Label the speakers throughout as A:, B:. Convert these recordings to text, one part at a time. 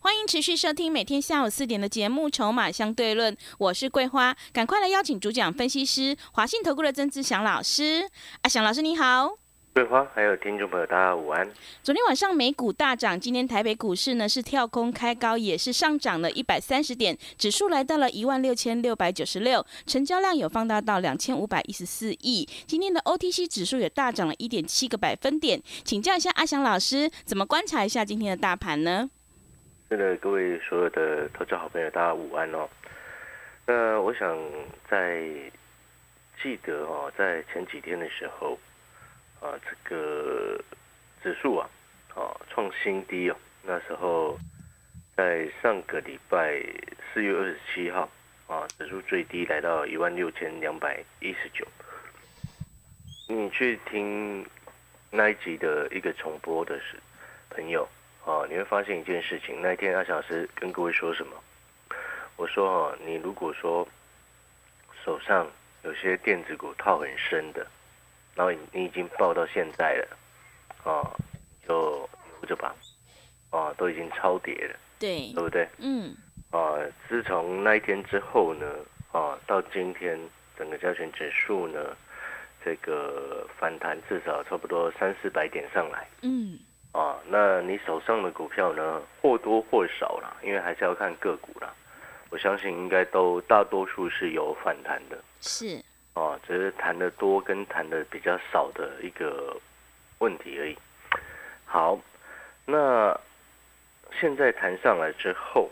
A: 欢迎持续收听每天下午四点的节目《筹码相对论》，我是桂花，赶快来邀请主讲分析师华信投顾的曾志祥老师。阿祥老师你好。
B: 桂花，还有听众朋友，大家午安。
A: 昨天晚上美股大涨，今天台北股市呢是跳空开高，也是上涨了一百三十点，指数来到了一万六千六百九十六，成交量有放大到两千五百一十四亿。今天的 OTC 指数也大涨了一点七个百分点。请教一下阿翔老师，怎么观察一下今天的大盘呢？
B: 是的，各位所有的投资好朋友，大家午安哦。那我想在记得哦，在前几天的时候，啊，这个指数啊，啊，创新低哦。那时候在上个礼拜四月二十七号啊，指数最低来到一万六千两百一十九。你去听那一集的一个重播的是朋友啊，你会发现一件事情。那一天阿翔老师跟各位说什么？我说哦，你如果说手上有些电子股套很深的，然后你你已经抱到现在了，啊，就留着吧，啊，都已经超跌了，
A: 对
B: 对，不对？
A: 嗯，
B: 啊，自从那一天之后呢，啊，到今天整个加权指数呢，这个反弹至少差不多三四百点上来
A: 嗯，
B: 啊。那你手上的股票呢，或多或少啦，因为还是要看个股啦。我相信应该都大多数是有反弹的
A: 是，
B: 啊，只是弹的多跟弹的比较少的一个问题而已。好，那现在谈上来之后，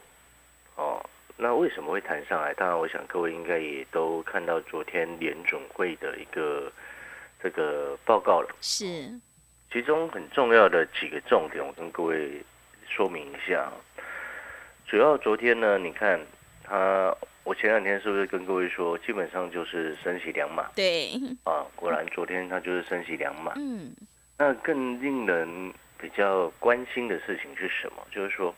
B: 哦，那为什么会谈上来？当然，我想各位应该也都看到昨天联总会的一个这个报告了。
A: 是，
B: 其中很重要的几个重点，我跟各位说明一下啊。主要昨天呢，你看它，我前两天是不是跟各位说，基本上就是升息两码
A: 对，
B: 啊？果然昨天它就是升息两码。
A: 嗯，
B: 那更令人比较关心的事情是什么？就是说，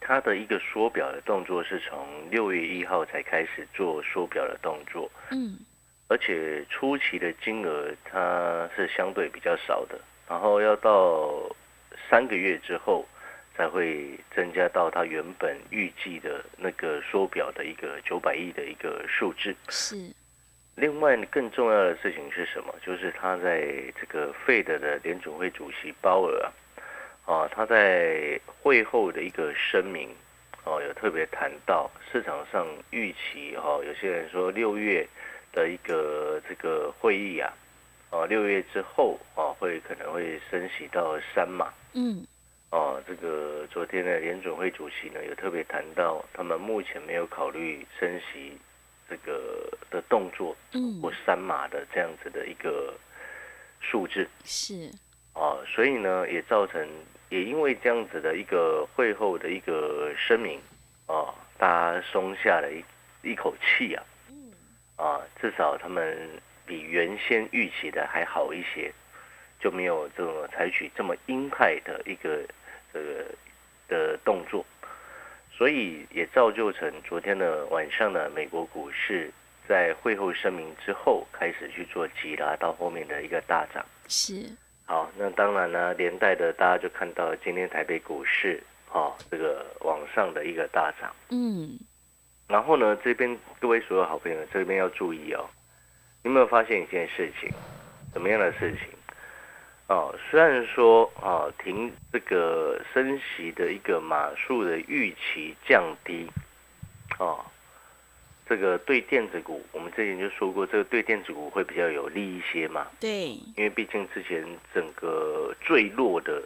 B: 它的一个缩表的动作是从六月一号才开始做缩表的动作，
A: 嗯，
B: 而且初期的金额它是相对比较少的，然后要到三个月之后才会增加到它原本预计的那个缩表的一个九百亿的一个数字。
A: 是，
B: 另外更重要的事情是什么？就是他在这个费德的联准会主席鲍尔啊，啊，他在会后的一个声明，哦、有特别谈到市场上预期哦，有些人说六月的一个这个会议啊，哦、六月之后啊，会可能会升息到三码，
A: 嗯，
B: 哦，这个昨天的联准会主席呢，有特别谈到，他们目前没有考虑升息这个的动作
A: 嗯
B: 或三码的这样子的一个数字
A: 是，
B: 啊、哦，所以呢，也造成也因为这样子的一个会后的一个声明啊、哦，大家松下了一一口气啊，
A: 嗯，
B: 啊，至少他们比原先预期的还好一些，就没有这种采取这么鹰派的一个这个的动作，所以也造就成昨天的晚上呢，美国股市在会后声明之后开始去做急拉，到后面的一个大涨。
A: 是，
B: 好，那当然呢，连带的大家就看到今天台北股市哦，这个往上的一个大涨。
A: 嗯，
B: 然后呢，这边各位所有好朋友，这边要注意哦。你有没有发现一件事情？怎么样的事情？哦，虽然说啊，停这个升息的一个码数的预期降低，哦，这个对电子股，我们之前就说过，这个对电子股会比较有利一些嘛，
A: 对，
B: 因为毕竟之前整个坠落的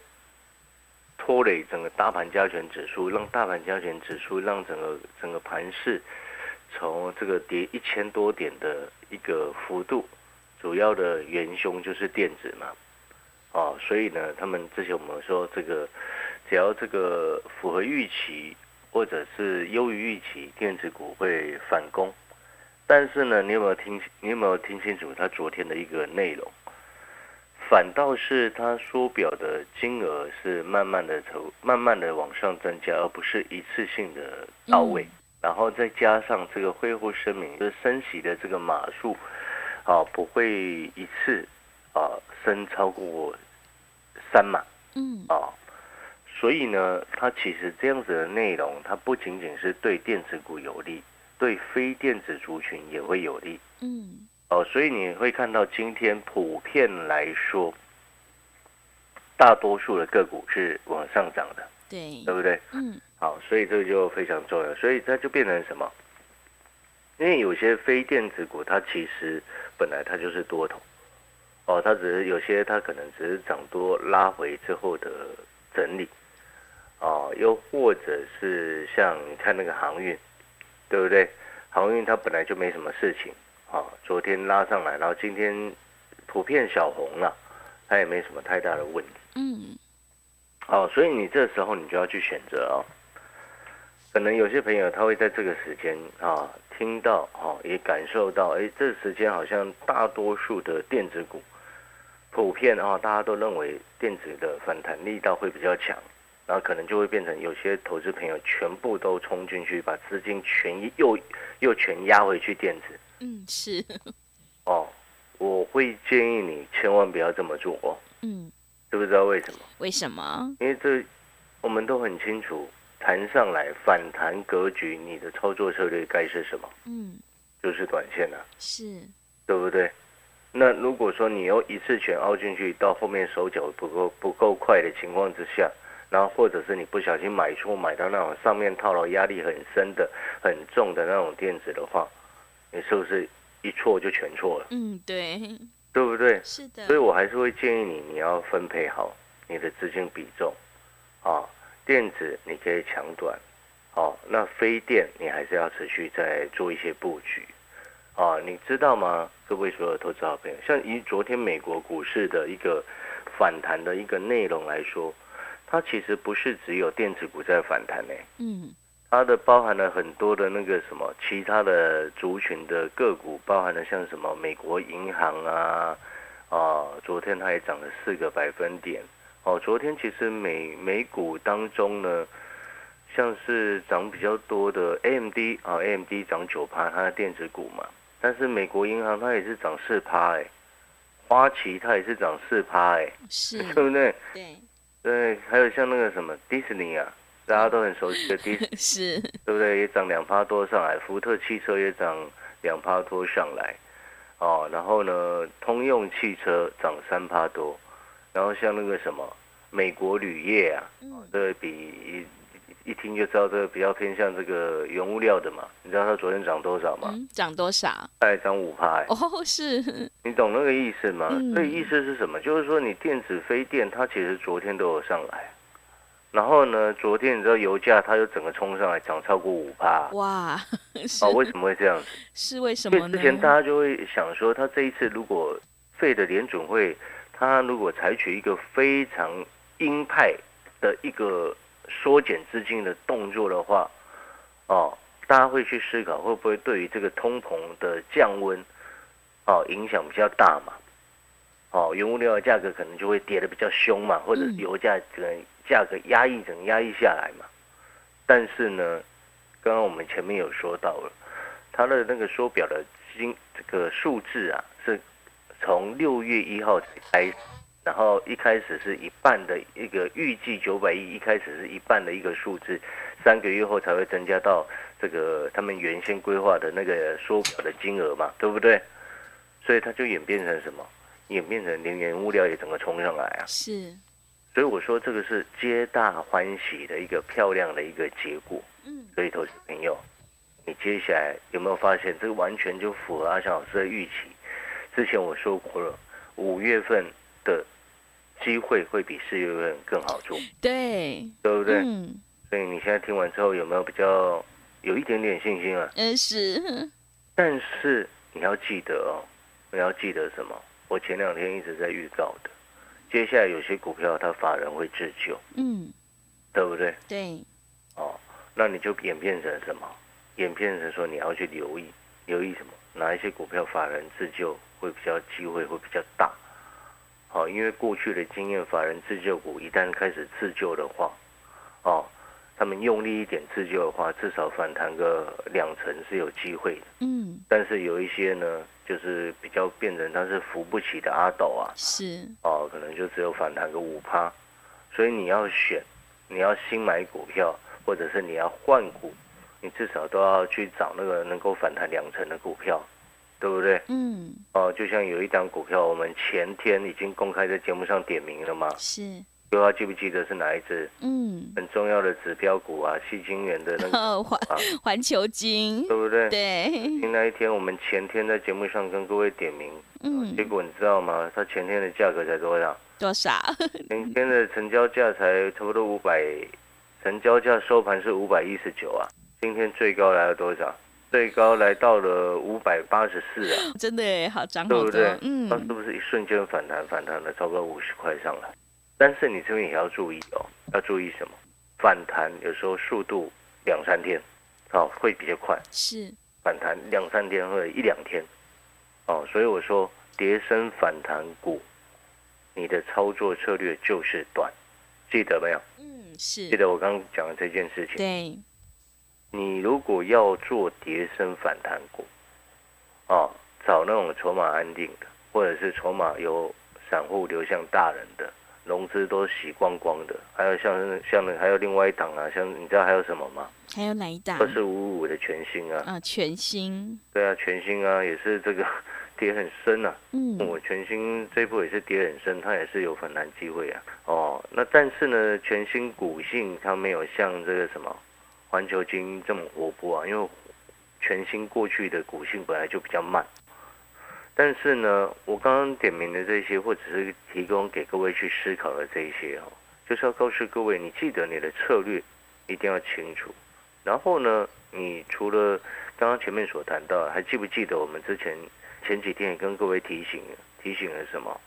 B: 拖累整个大盘加权指数，让大盘加权指数让整个整个盘市从这个跌一千多点的一个幅度，主要的元凶就是电子嘛，哦，所以呢，他们之前我们说这个只要这个符合预期或者是优于预期，电子股会反攻。但是呢，你有没有听？你有没有听清楚他昨天的一个内容？反倒是他缩表的金额是慢慢的从慢慢的往上增加，而不是一次性的到位。
A: 嗯
B: 然后再加上这个会后声明，就是升息的这个码数啊，不会一次啊升超过三码
A: 嗯，
B: 啊，所以呢，它其实这样子的内容，它不仅仅是对电子股有利，对非电子族群也会有利。
A: 嗯
B: 哦，所以你会看到今天普遍来说，大多数的个股是往上涨的，
A: 对
B: 对，不对？
A: 嗯
B: 好，所以这个就非常重要，所以它就变成什么？因为有些非电子股，它其实本来它就是多头，哦，它只是有些它可能只是涨多拉回之后的整理，哦，又或者是像你看那个航运，对不对？航运它本来就没什么事情，哦，昨天拉上来，然后今天普遍小红了、它也没什么太大的问题。
A: 嗯
B: 哦，所以你这时候你就要去选择哦。可能有些朋友他会在这个时间啊听到哦，也感受到，哎，这时间好像大多数的电子股普遍啊、大家都认为电子的反弹力道会比较强，然后可能就会变成有些投资朋友全部都冲进去，把资金全又又全压回去电子
A: 嗯是，
B: 哦。我会建议你千万不要这么做哦，
A: 嗯
B: 知不知道为什么？
A: 为什么？
B: 因为这我们都很清楚，谈上来反弹格局，你的操作策略该是什么？
A: 嗯
B: 就是短线啊，
A: 是
B: 对不对？那如果说你又一次全凹进去，到后面手脚不够不够快的情况之下，然后或者是你不小心买错买到那种上面套牢压力很深的、很重的那种电子的话，你是不是一错就全错了？
A: 嗯对
B: 对不对？
A: 是的
B: 所以我还是会建议你，你要分配好你的资金比重，啊，电子你可以抢短，哦、那非电你还是要持续再做一些布局，啊，你知道吗？各位所有投资好朋友，像以昨天美国股市的一个反弹的一个内容来说，它其实不是只有电子股在反弹呢、
A: 嗯
B: 它的包含了很多的那个什么其他的族群的个股，包含了像什么美国银行啊，啊，昨天它也涨了四个百分点。哦，昨天其实美美股当中呢，像是涨比较多的 AMD 啊，AMD 涨九趴，它的电子股嘛，但是美国银行它也是涨四趴哎，花旗它也是涨四趴哎，
A: 是
B: 对不对？
A: 对
B: 对，还有像那个什么迪士尼啊，大家都很熟悉的迪士尼
A: 是
B: 对不对？也涨两趴多上来，福特汽车也涨两趴多上来，哦，然后呢，通用汽车涨三趴多，然后像那个什么美国铝业啊，
A: 嗯
B: 这个比一一听就知道这个比较偏向这个原物料的嘛，你知道它昨天涨多少吗？
A: 嗯涨多少？
B: 大概涨五趴，哎
A: 哦是
B: 你懂那个意思吗？
A: 嗯
B: 所以意思是什么？就是说你电子非电，它其实昨天都有上来。然后呢？昨天你知道油价，它就整个冲上来，涨超过五趴。
A: 哇是
B: 哦，为什么会这样子？
A: 是为什
B: 因
A: 么
B: 为
A: 呢
B: 之？前大家就会想说，他这一次如果费的联准会，他如果采取一个非常鹰派的一个缩减资金的动作的话，哦，大家会去思考会不会对于这个通膨的降温，哦，影响比较大嘛？哦，原物料的价格可能就会跌得比较凶嘛，或者是
A: 嗯
B: 油价整个价格压抑，整个压抑下来嘛。但是呢，刚刚我们前面有说到了，它的那个缩表的金这个数字啊，是从六月一号才开始，然后一开始是一半的一个预计九百亿，一开始是一半的一个数字，三个月后才会增加到这个他们原先规划的那个缩表的金额嘛，对不对？所以它就演变成什么？演变成连原物料也整个冲上来啊！
A: 是
B: 所以我说这个是皆大欢喜的一个漂亮的一个结果。
A: 嗯
B: 所以投资朋友，你接下来有没有发现这个完全就符合阿翔老师的预期？之前我说过了，五月份的机会会比四月份更好做，
A: 对
B: 对不对？
A: 嗯
B: 所以你现在听完之后有没有比较有一点点信心啊？
A: 嗯是
B: 但是你要记得哦，你要记得什么？我前两天一直在预告的，接下来有些股票它法人会自救，
A: 嗯
B: 对不对？
A: 对
B: 哦，那你就演变成什么？演变成说你要去留意，留意什么？哪一些股票法人自救会比较机会会比较大？好、因为过去的经验，法人自救股一旦开始自救的话，哦，他们用力一点自救的话，至少反弹个两成是有机会的。
A: 嗯
B: 但是有一些呢，就是比较变成它是扶不起的阿斗啊，
A: 是
B: 哦，可能就只有反弹个五趴，所以你要选你要新买股票，或者是你要换股，你至少都要去找那个能够反弹两成的股票，对不对？
A: 嗯，
B: 哦，就像有一档股票，我们前天已经公开在节目上点名了嘛，
A: 是，
B: 大家记不记得是哪一只
A: 嗯，
B: 很重要的指标股啊？细晶元的那个，
A: 呃 环
B: 啊
A: 环球金，
B: 对不对？
A: 对，
B: 那一天我们前天在节目上跟各位点名，
A: 嗯
B: 结，果你知道吗？它前天的价格才多少？
A: 多少？
B: 前天的成交价才差不多五百，成交价收盘是五百一十九啊，今天最高来了多少？最高来到了五百八十四啊，
A: 真的耶好涨
B: 对
A: 好
B: 不
A: 多
B: 对，？它是
A: 嗯，
B: 不是一瞬间反弹？反弹了差不多五十块上来，但是你这边也要注意哦，要注意什么？反弹有时候速度两三天，哦，会比较快，
A: 是，
B: 反弹两三天或者一两天，哦，所以我说跌升反弹股，你的操作策略就是短，记得没有？
A: 嗯
B: 记
A: 是，
B: 得我刚刚讲的这件事情。
A: 对，
B: 你如果要做跌升反弹股，哦，找那种筹码安定的，或者是筹码由散户流向大人的，融资都洗光光的，还有像像还有另外一档啊，像你知道还有什么吗？
A: 还有哪一档
B: 二？四五五的全新啊，
A: 啊，全新，
B: 对啊，全新啊也是这个 跌很深啊。
A: 嗯，
B: 我全新这一波也是跌很深，它也是有反弹机会啊。哦，那但是呢，全新股性它没有像这个什么环球金这么活泼啊，因为全新过去的股性本来就比较慢。但是呢，我刚刚点名的这些，或者是提供给各位去思考的这一些哦，就是要告诉各位，你记得你的策略一定要清楚。然后呢，你除了刚刚前面所谈到的，还记不记得我们之前前几天也跟各位提醒提醒了什么？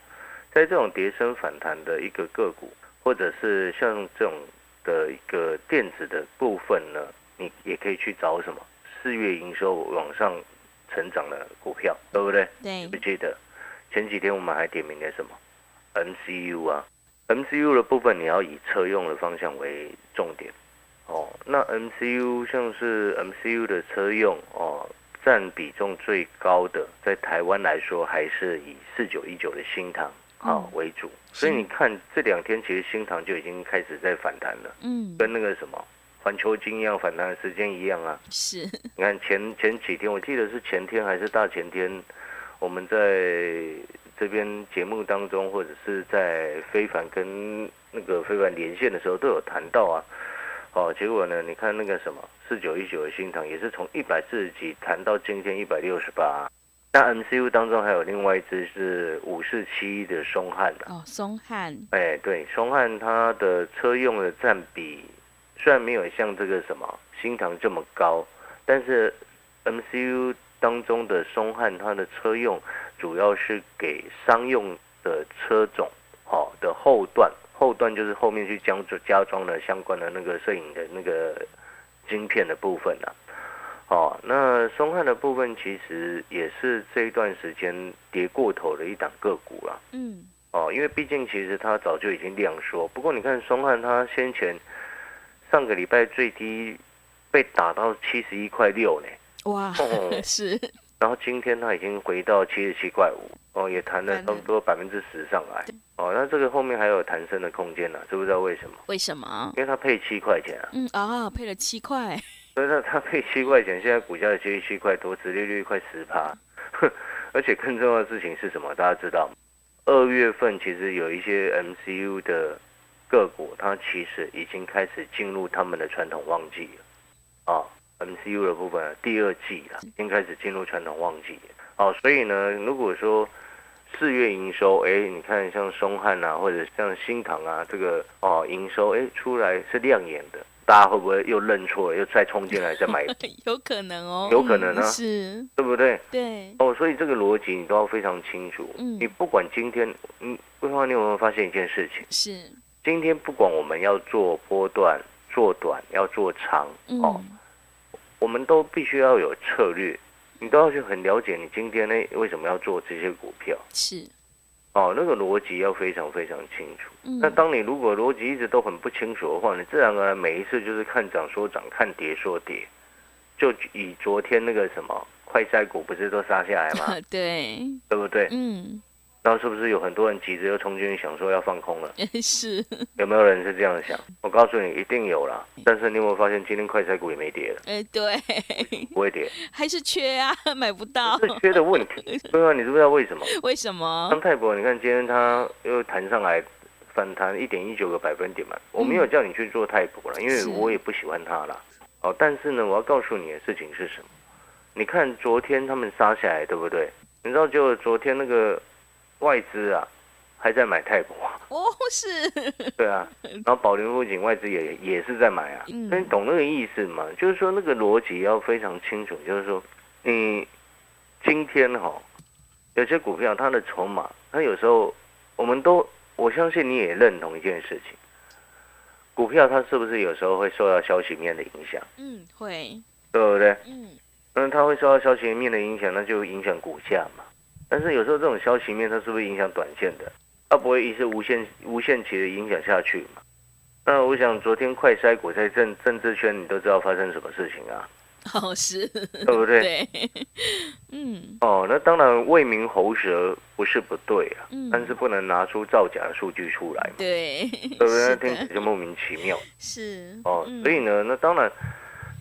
B: 在这种跌升反弹的一个个股，或者是像这种的一个电子的部分呢，你也可以去找什么四月营收往上成长的股票，对不对？
A: 对
B: 不，记得前几天我们还点名了什么 MCU 啊，MCU 的部分你要以车用的方向为重点哦。那 MCU 像是 MCU 的车用哦，占比重最高的，在台湾来说还是以四九一九的新唐啊、
A: 嗯
B: 为主。所以你看这两天其实新唐就已经开始在反弹了，
A: 嗯，
B: 跟那个什么环球金一样反弹的时间一样啊。
A: 是，
B: 你看前前几天，我记得是前天还是大前天，我们在这边节目当中，或者是在非凡跟那个非凡连线的时候，都有谈到啊。哦，结果呢，你看那个什么四九一九的新塘也是从一百四十几谈到今天一百六十八。那 MCU 当中还有另外一只是五四七一的松汉啊，
A: 哦，松汉，
B: 哎，对，松汉它的车用的占比虽然没有像这个什么新唐这么高，但是 MCU 当中的松汉它的车用主要是给商用的车种，好、的后段，后段就是后面去将加装了相关的那个摄影的那个晶片的部分啊。哦，那松汉的部分其实也是这一段时间跌过头的一档个股啊啦、
A: 嗯，
B: 哦，因为毕竟其实它早就已经量缩。不过你看松汉，它先前上个礼拜最低被打到七十一块六呢，
A: 哇，
B: 哦
A: 是，
B: 然后今天它已经回到七十七块五，哦，也弹了差不多百分之十上来
A: 对。
B: 哦，那这个后面还有弹升的空间呢、知不知道为什么？
A: 为什么？
B: 因为它配七块钱啊，
A: 嗯啊，配了七块，
B: 所以它它配七块钱，现在股价也七十七块多，殖利率快十趴。 而且更重要的事情是什么？大家知道吗？二月份其实有一些 MCU 的个股，它其实已经开始进入他们的传统旺季了啊。MCU 的部分啊第二季了，已经开始进入传统旺季了哦、所以呢，如果说四月营收，哎，你看像松汉啊，或者像新唐啊，这个哦营收哎出来是亮眼的，大家会不会又认错了，又再冲进来再买，
A: 有可能哦，
B: 有可能
A: 嗯
B: 啊
A: 是，
B: 对不对？
A: 对，
B: 哦，所以这个逻辑你都要非常清楚。
A: 嗯
B: 你不管今天，嗯，桂花，你有没有发现一件事情？
A: 是，
B: 今天不管我们要做波段、做短、要做长，
A: 嗯，
B: 哦，我们都必须要有策略，你都要去很了解你今天呢为什么要做这些股票。
A: 是，
B: 哦，那个逻辑要非常非常清楚。
A: 嗯，
B: 那当你如果逻辑一直都很不清楚的话，你自然而然每一次就是看涨说涨，看跌说跌。就以 昨天那个什么快筛股不是都杀下来吗？
A: 对，
B: 对不对？
A: 嗯，
B: 那是不是有很多人急着又冲进去想说要放空了？
A: 是，
B: 有没有人是这样想？我告诉你，一定有啦。但是你有没有发现今天快拆股也没跌了，
A: 哎，对，
B: 不会跌，
A: 还是缺啊，买不到，
B: 这是嗯缺的问题。对啊，你知不知道为什么？
A: 为什么？
B: 像泰博，你看今天它又弹上来，反弹一点一九个百分点嘛。我没有叫你去做泰博了，因为
A: 是
B: 我也不喜欢它啦。哦，但是呢，我要告诉你的事情是什么？你看昨天他们杀下来，对不对？你知道，就昨天那个外资啊，还在买泰博啊。
A: 哦，是，
B: 对啊，然后保龄附近外资也也是在买啊，
A: 嗯
B: 那你懂那个意思吗？就是说那个逻辑要非常清楚，就是说你今天哈、有些股票它的筹码，它有时候我们都我相信你也认同一件事情，股票它是不是有时候会受到消息面的影响，
A: 嗯，会，
B: 对不对？
A: 嗯，
B: 那它会受到消息面的影响，那就影响股价嘛。但是有时候这种消息面，它是不是影响短线的？它不会一直无限无限期的影响下去嘛？那我想昨天快筛股在政政治圈，你都知道发生什么事情啊，
A: 哦，是，
B: 对不对？
A: 对，嗯
B: 哦，那当然为民喉舌不是不对啊，
A: 嗯，
B: 但是不能拿出造假的数据出 来嘛，
A: 对，
B: 对不对？
A: 是
B: 那听起
A: 的，
B: 来就莫名其妙。
A: 是，
B: 哦，
A: 嗯
B: 所以呢，那当然，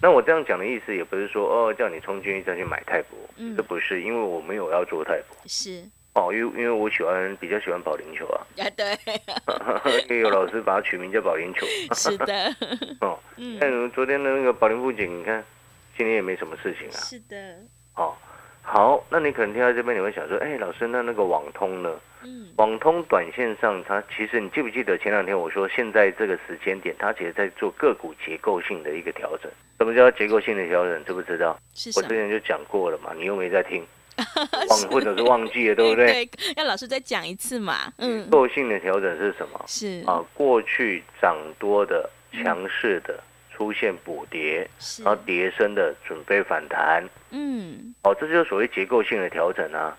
B: 那我这样讲的意思也不是说哦叫你冲进去再去买泰博，
A: 嗯
B: 这不是，因为我没有要做泰博。
A: 是，
B: 哦，因为因为我喜欢比较喜欢保龄球啊，
A: 啊，对，
B: 因为有老师把它取名叫保龄球。
A: 是的，
B: 哦，
A: 嗯，
B: 但昨天的那个保龄布景，你看今天也没什么事情啊。
A: 是的，
B: 哦，好，那你可能听到这边你会想说，哎，老师，那那个网通呢？
A: 嗯，
B: 网通短线上它其实你记不记得前两天我说，现在这个时间点它其实在做个股结构性的一个调整。什么叫结构性的调整？知不知道？
A: 是
B: 我
A: 什
B: 之
A: 么？
B: 前就讲过了嘛，你又没在听，忘或者是忘记了，对不 对？
A: 对，要老师再讲一次嘛，嗯
B: 结，构性的调整是什么？
A: 是，
B: 啊，过去涨多的、强势的出现补跌，
A: 是
B: 然，后跌升的准备反弹，
A: 嗯，
B: 哦，这就是所谓结构性的调整啊。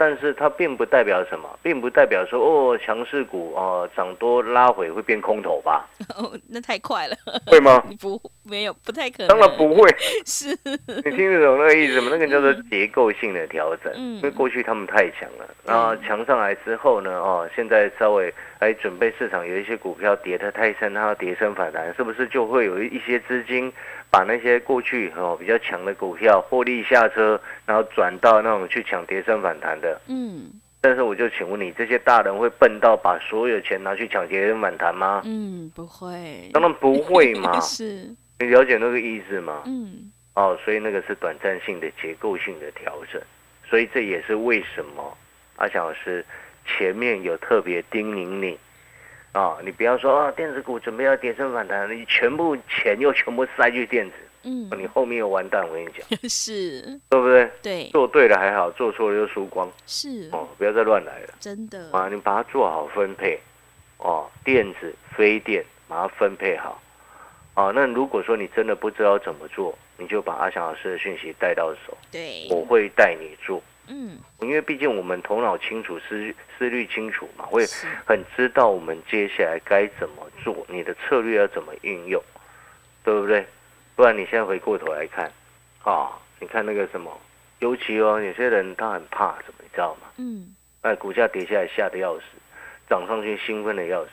B: 但是它并不代表什么，并不代表说哦，强势股哦涨多拉回会变空头吧？
A: 哦，那太快了，
B: 会吗？
A: 你不没有不太可能，
B: 当然不会，
A: 是，
B: 你听得懂那个意思吗？那个叫做结构性的调整，
A: 嗯
B: 因为过去他们太强了，然后强上来之后呢，哦，现在稍微哎准备市场有一些股票跌得太深，它要跌升反弹，是不是就会有一些资金把那些过去哦比较强的股票获利下车，然后转到那种去抢跌升反弹的？
A: 嗯
B: 但是我就请问你，这些大人会笨到把所有钱拿去抢跌升反弹吗？
A: 嗯，不会，，
B: 当然不会嘛
A: 是，
B: 你了解那个意思吗？
A: 嗯
B: 哦，所以那个是短暂性的结构性的调整，所以这也是为什么阿翔老师前面有特别叮咛你啊、你不要说啊电子股准备要跌升反弹，你全部钱又全部塞去电子，
A: 嗯，
B: 你后面又完蛋，我跟你讲，
A: 是，
B: 对不对？
A: 对，
B: 做对了还好，做错了就输光
A: 是，
B: 哦，不要再乱来了
A: 真的，
B: 啊！你把它做好分配哦，电子、非电把它分配好啊。那如果说你真的不知道怎么做，你就把阿翔老师的讯息带到手。
A: 对，
B: 我会带你做，
A: 嗯，
B: 因为毕竟我们头脑清楚，思思虑清楚嘛，会
A: 是
B: 很知道我们接下来该怎么做，你的策略要怎么运用，对不对？不然你现在回过头来看，啊、你看那个什么，尤其哦，有些人他很怕什么，你知道吗？
A: 嗯，
B: 哎，股价跌下来吓得要死，涨上去兴奋的要死。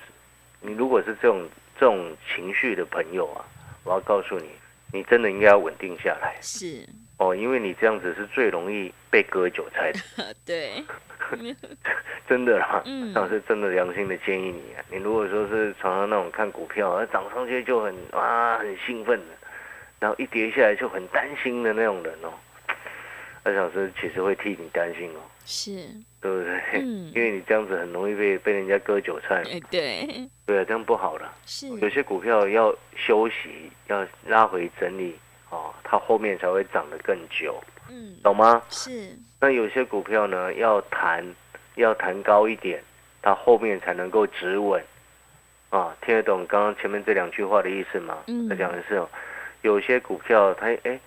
B: 你如果是这种这种情绪的朋友啊，我要告诉你，你真的应该要稳定下来
A: 是，
B: 哦，因为你这样子是最容易被割韭菜的。
A: 对，
B: 真的啦，
A: 嗯
B: 老师真的良心的建议你啊，你如果说是常常那种看股票啊，涨上去就很啊很兴奋的，然后一跌下来就很担心的那种人哦，那老师其实会替你担心哦，
A: 是，
B: 对不对？
A: 嗯
B: 因为你这样子很容易被被人家割韭菜嘛，
A: 哎，对，
B: 对啊，这样不好了。
A: 是，
B: 有些股票要休息，要拉回整理哦，它后面才会涨得更久，
A: 嗯，
B: 懂吗？
A: 是，
B: 那有些股票呢，要弹，要弹高一点，它后面才能够止稳。啊，听得懂刚刚前面这两句话的意思吗？
A: 嗯
B: 再讲一次哦，有些股票它哎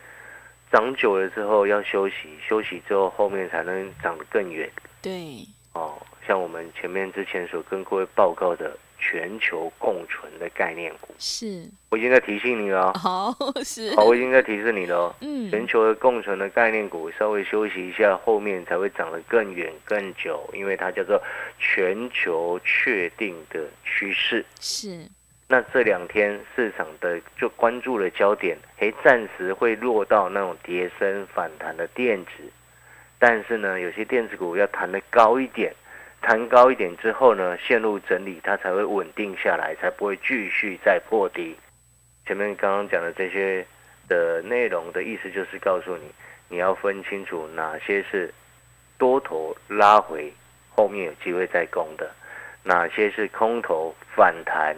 B: 涨久了之后要休息，休息之后后面才能涨得更远。
A: 对，
B: 哦，像我们前面之前所跟各位报告的全球共存的概念股。
A: 是，
B: 我已经在提醒你了 哦，
A: 好、是，
B: 好，我已经在提示你了哦。
A: 嗯，
B: 全球的共存的概念股稍微休息一下，后面才会涨得更远更久，因为它叫做全球确定的趋势。
A: 是，
B: 那这两天市场的就关注的焦点，诶，暂时会落到那种跌升反弹的电子，但是呢，有些电子股要弹得高一点，弹高一点之后呢，陷入整理，它才会稳定下来，才不会继续再破底。前面刚刚讲的这些的内容的意思，就是告诉你，你要分清楚哪些是多头拉回，后面有机会再攻的，哪些是空头反弹。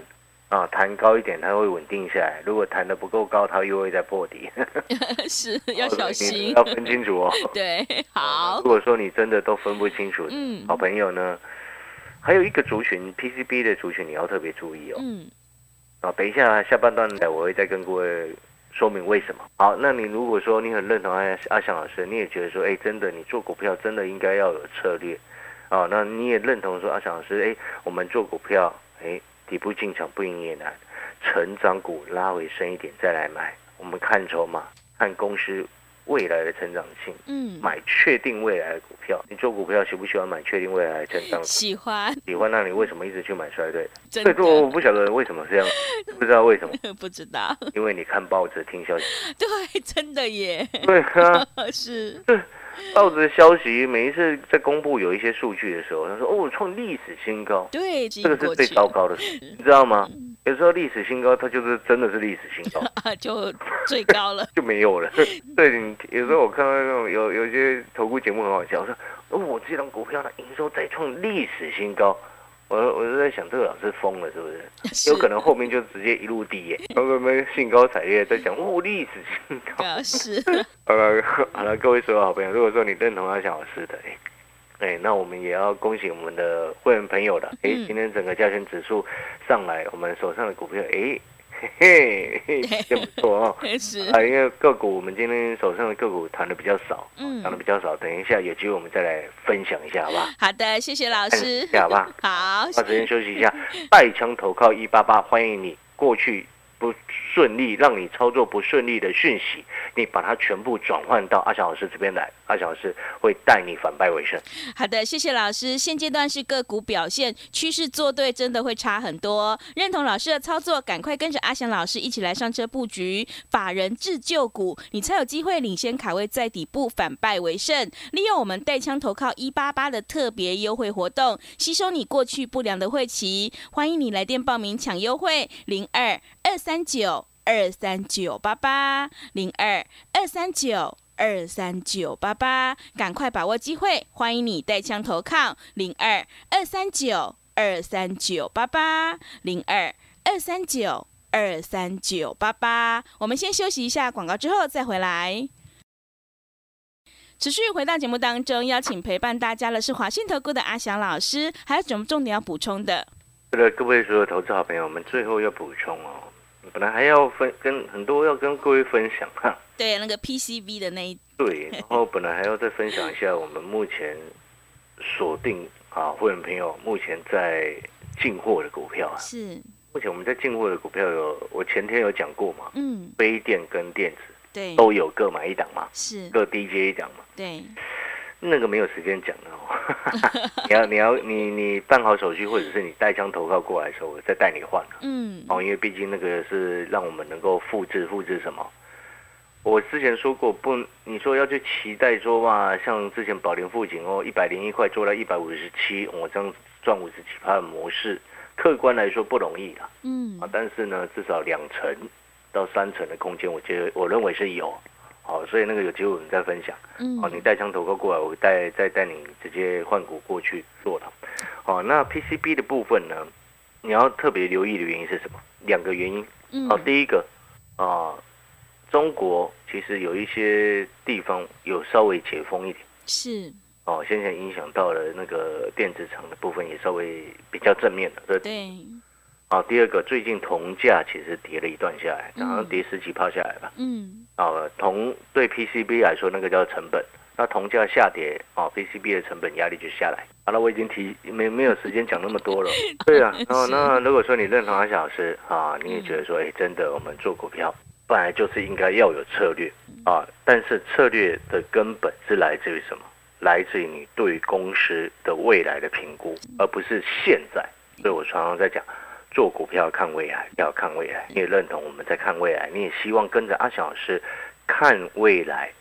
B: 啊，弹高一点它会稳定下来，如果弹得不够高，它又会再破底。
A: 是 要小
B: 你
A: 心，
B: 要分清楚哦。
A: 对，好
B: 如，果说你真的都分不清楚，
A: 嗯
B: 好朋友呢，还有一个族群 PCB 的族群你要特别注意哦。
A: 嗯，
B: 啊，等一下下半段来我会再跟各位说明为什么。好，那你如果说你很认同阿阿翔老师，你也觉得说，哎，真的你做股票真的应该要有策略啊，那你也认同说阿翔老师，哎，我们做股票，哎，底部进场不赢也难，成长股拉回深一点再来买，我们看筹码，看公司未来的成长性。
A: 嗯，
B: 买确定未来的股票，你做股票喜不喜欢买确定未来的成长股？
A: 喜欢，
B: 喜欢，那你为什么一直去买衰退？
A: 真
B: 对，我
A: 的
B: 不晓得为什么这样，不知道为什么，
A: 不知道，
B: 因为你看报纸听消息。
A: 对，真的耶，
B: 对啊，
A: 是，
B: 报纸的消息每一次在公布有一些数据的时候，他说哦，创历史新高，
A: 对，这
B: 这个是最糟糕的，事，你知道吗？有时候历史新高，它就是真的是历史新高。
A: 啊，就最高了，
B: 就没有了。对，你有时候我看到那种有有些投顾节目很好笑，说哦，我这张股票的营收再创历史新高。我我就在想，这个老师疯了是不是？
A: 是
B: 有可能后面就直接一路低耶、然后我们兴高采烈在讲哦，历史新高。
A: 表示
B: 好了好了，各位所有好朋友，如果说你认同阿翔老师的，哎、哎那我们也要恭喜我们的会员朋友了。哎、
A: 嗯
B: 今天整个加权指数上来，我们手上的股票，哎、嘿嘿，嘿，真不错哦。
A: 是，
B: 啊，因为个股我们今天手上的个股谈的比较少，
A: 嗯
B: 谈的比较少，等一下有机会我们再来分享一下，好吧？
A: 好的，谢谢老
B: 看
A: 师
B: 一，下好吧？
A: 好，
B: 那时间休息一下，带枪投靠一八八，欢迎你过去。不顺利，让你操作不顺利的讯息，你把它全部转换到阿翔老师这边来，阿翔老师会带你反败为胜。
A: 好的，谢谢老师。现阶段是个股表现趋势做对，真的会差很多。认同老师的操作，赶快跟着阿翔老师一起来上车布局法人自救股，你才有机会领先卡位在底部，反败为胜。利用我们带枪投靠一八八的特别优惠活动，吸收你过去不良的晦气。欢迎你来电报名抢优惠，零二二三九二三九八八零二二三九。二三九八八，赶快把握机会，欢迎你带枪投靠零二二三九二三九八八零二二三九二三九八八。我们先休息一下广告，之后再回来。持续回到节目当中，邀请陪伴大家的是华信投顾的阿翔老师，还有什么重点要补充的？
B: 这个各位所有投资好朋友们，最后要补充哦，本来还要分跟很多要跟各位分享 哈、
A: 对，那个 PCB 的那一
B: 对，然后本来还要再分享一下我们目前锁定啊，会员朋友目前在进货的股票啊。
A: 是，
B: 目前我们在进货的股票有，我前天有讲过嘛，
A: 嗯，
B: 非电跟电子
A: 对，
B: 都有各买一档嘛，
A: 是，
B: 各低接一档嘛，
A: 对，
B: 那个没有时间讲的哦。 你要你要你你办好手续，或者是你带枪投靠过来的时候，我再带你换啊
A: 嗯，
B: 哦，因为毕竟那个是让我们能够复制，复制什么？我之前说过不，你说要去期待说哇，像之前宝林富锦哦，一百零一块做到一百五十七，我这样赚五十几趴的模式，客观来说不容易啦。
A: 嗯
B: 啊，，但是呢，至少两成到三成的空间，我觉得我认为是有。好，所以那个有机会我们再分享。
A: 嗯
B: 哦，你带枪投靠过来，我带再带你直接换股过去做了。哦，那 PCB 的部分呢，你要特别留意的原因是什么？两个原因。
A: 嗯
B: 哦，第一个啊、中国其实有一些地方有稍微解封一点。
A: 是，
B: 哦，先前影响到了那个电子厂的部分，也稍微比较正面的。这
A: 对，
B: 啊，第二个，最近铜价其实跌了一段下来，
A: 嗯
B: 好像跌十几趴下来吧。
A: 嗯，
B: 啊，铜对 PCB 来说，那个叫成本。那铜价下跌啊、哦、，PCB 的成本压力就下来。好、了，我已经提没没有时间讲那么多了。 对啊，哦，
A: 是
B: 那如果说你认同阿小老师啊，你也觉得说，哎，真的，我们做股票本来就是应该要有策略啊，但是策略的根本是来自于什么？来自于你对于公司的未来的评估，而不是现在。所以我常常在讲，做股票要看未来，要看未来。你也认同我们在看未来，你也希望跟着阿小老师看未来，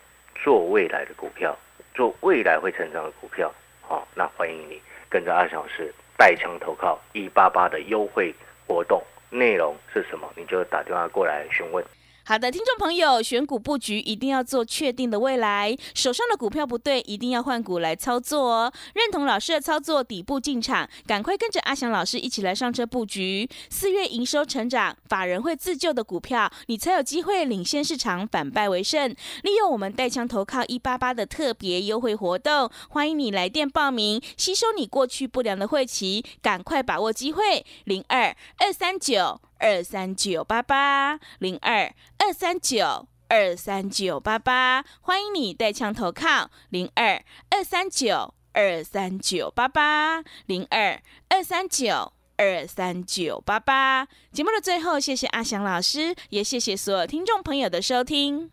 B: 做未来的股票，做未来会成长的股票。好、那欢迎你跟着阿小老师带枪投靠一八八的优惠活动内容是什么，你就打电话过来询问。
A: 好的，听众朋友，选股布局一定要做确定的未来，手上的股票不对，一定要换股来操作哦。认同老师的操作，底部进场，赶快跟着阿翔老师一起来上车布局。四月营收成长，法人会自救的股票，你才有机会领先市场，反败为胜。利用我们带枪投靠一八八的特别优惠活动，欢迎你来电报名，吸收你过去不良的晦气，赶快把握机会。零二二三九二三九八八零二二三九。二三九八八，欢迎你带枪投靠零二二三九二三九八八零二二三九二三九八八。节目的最后，谢谢阿翔老师，也谢谢所有听众朋友的收听。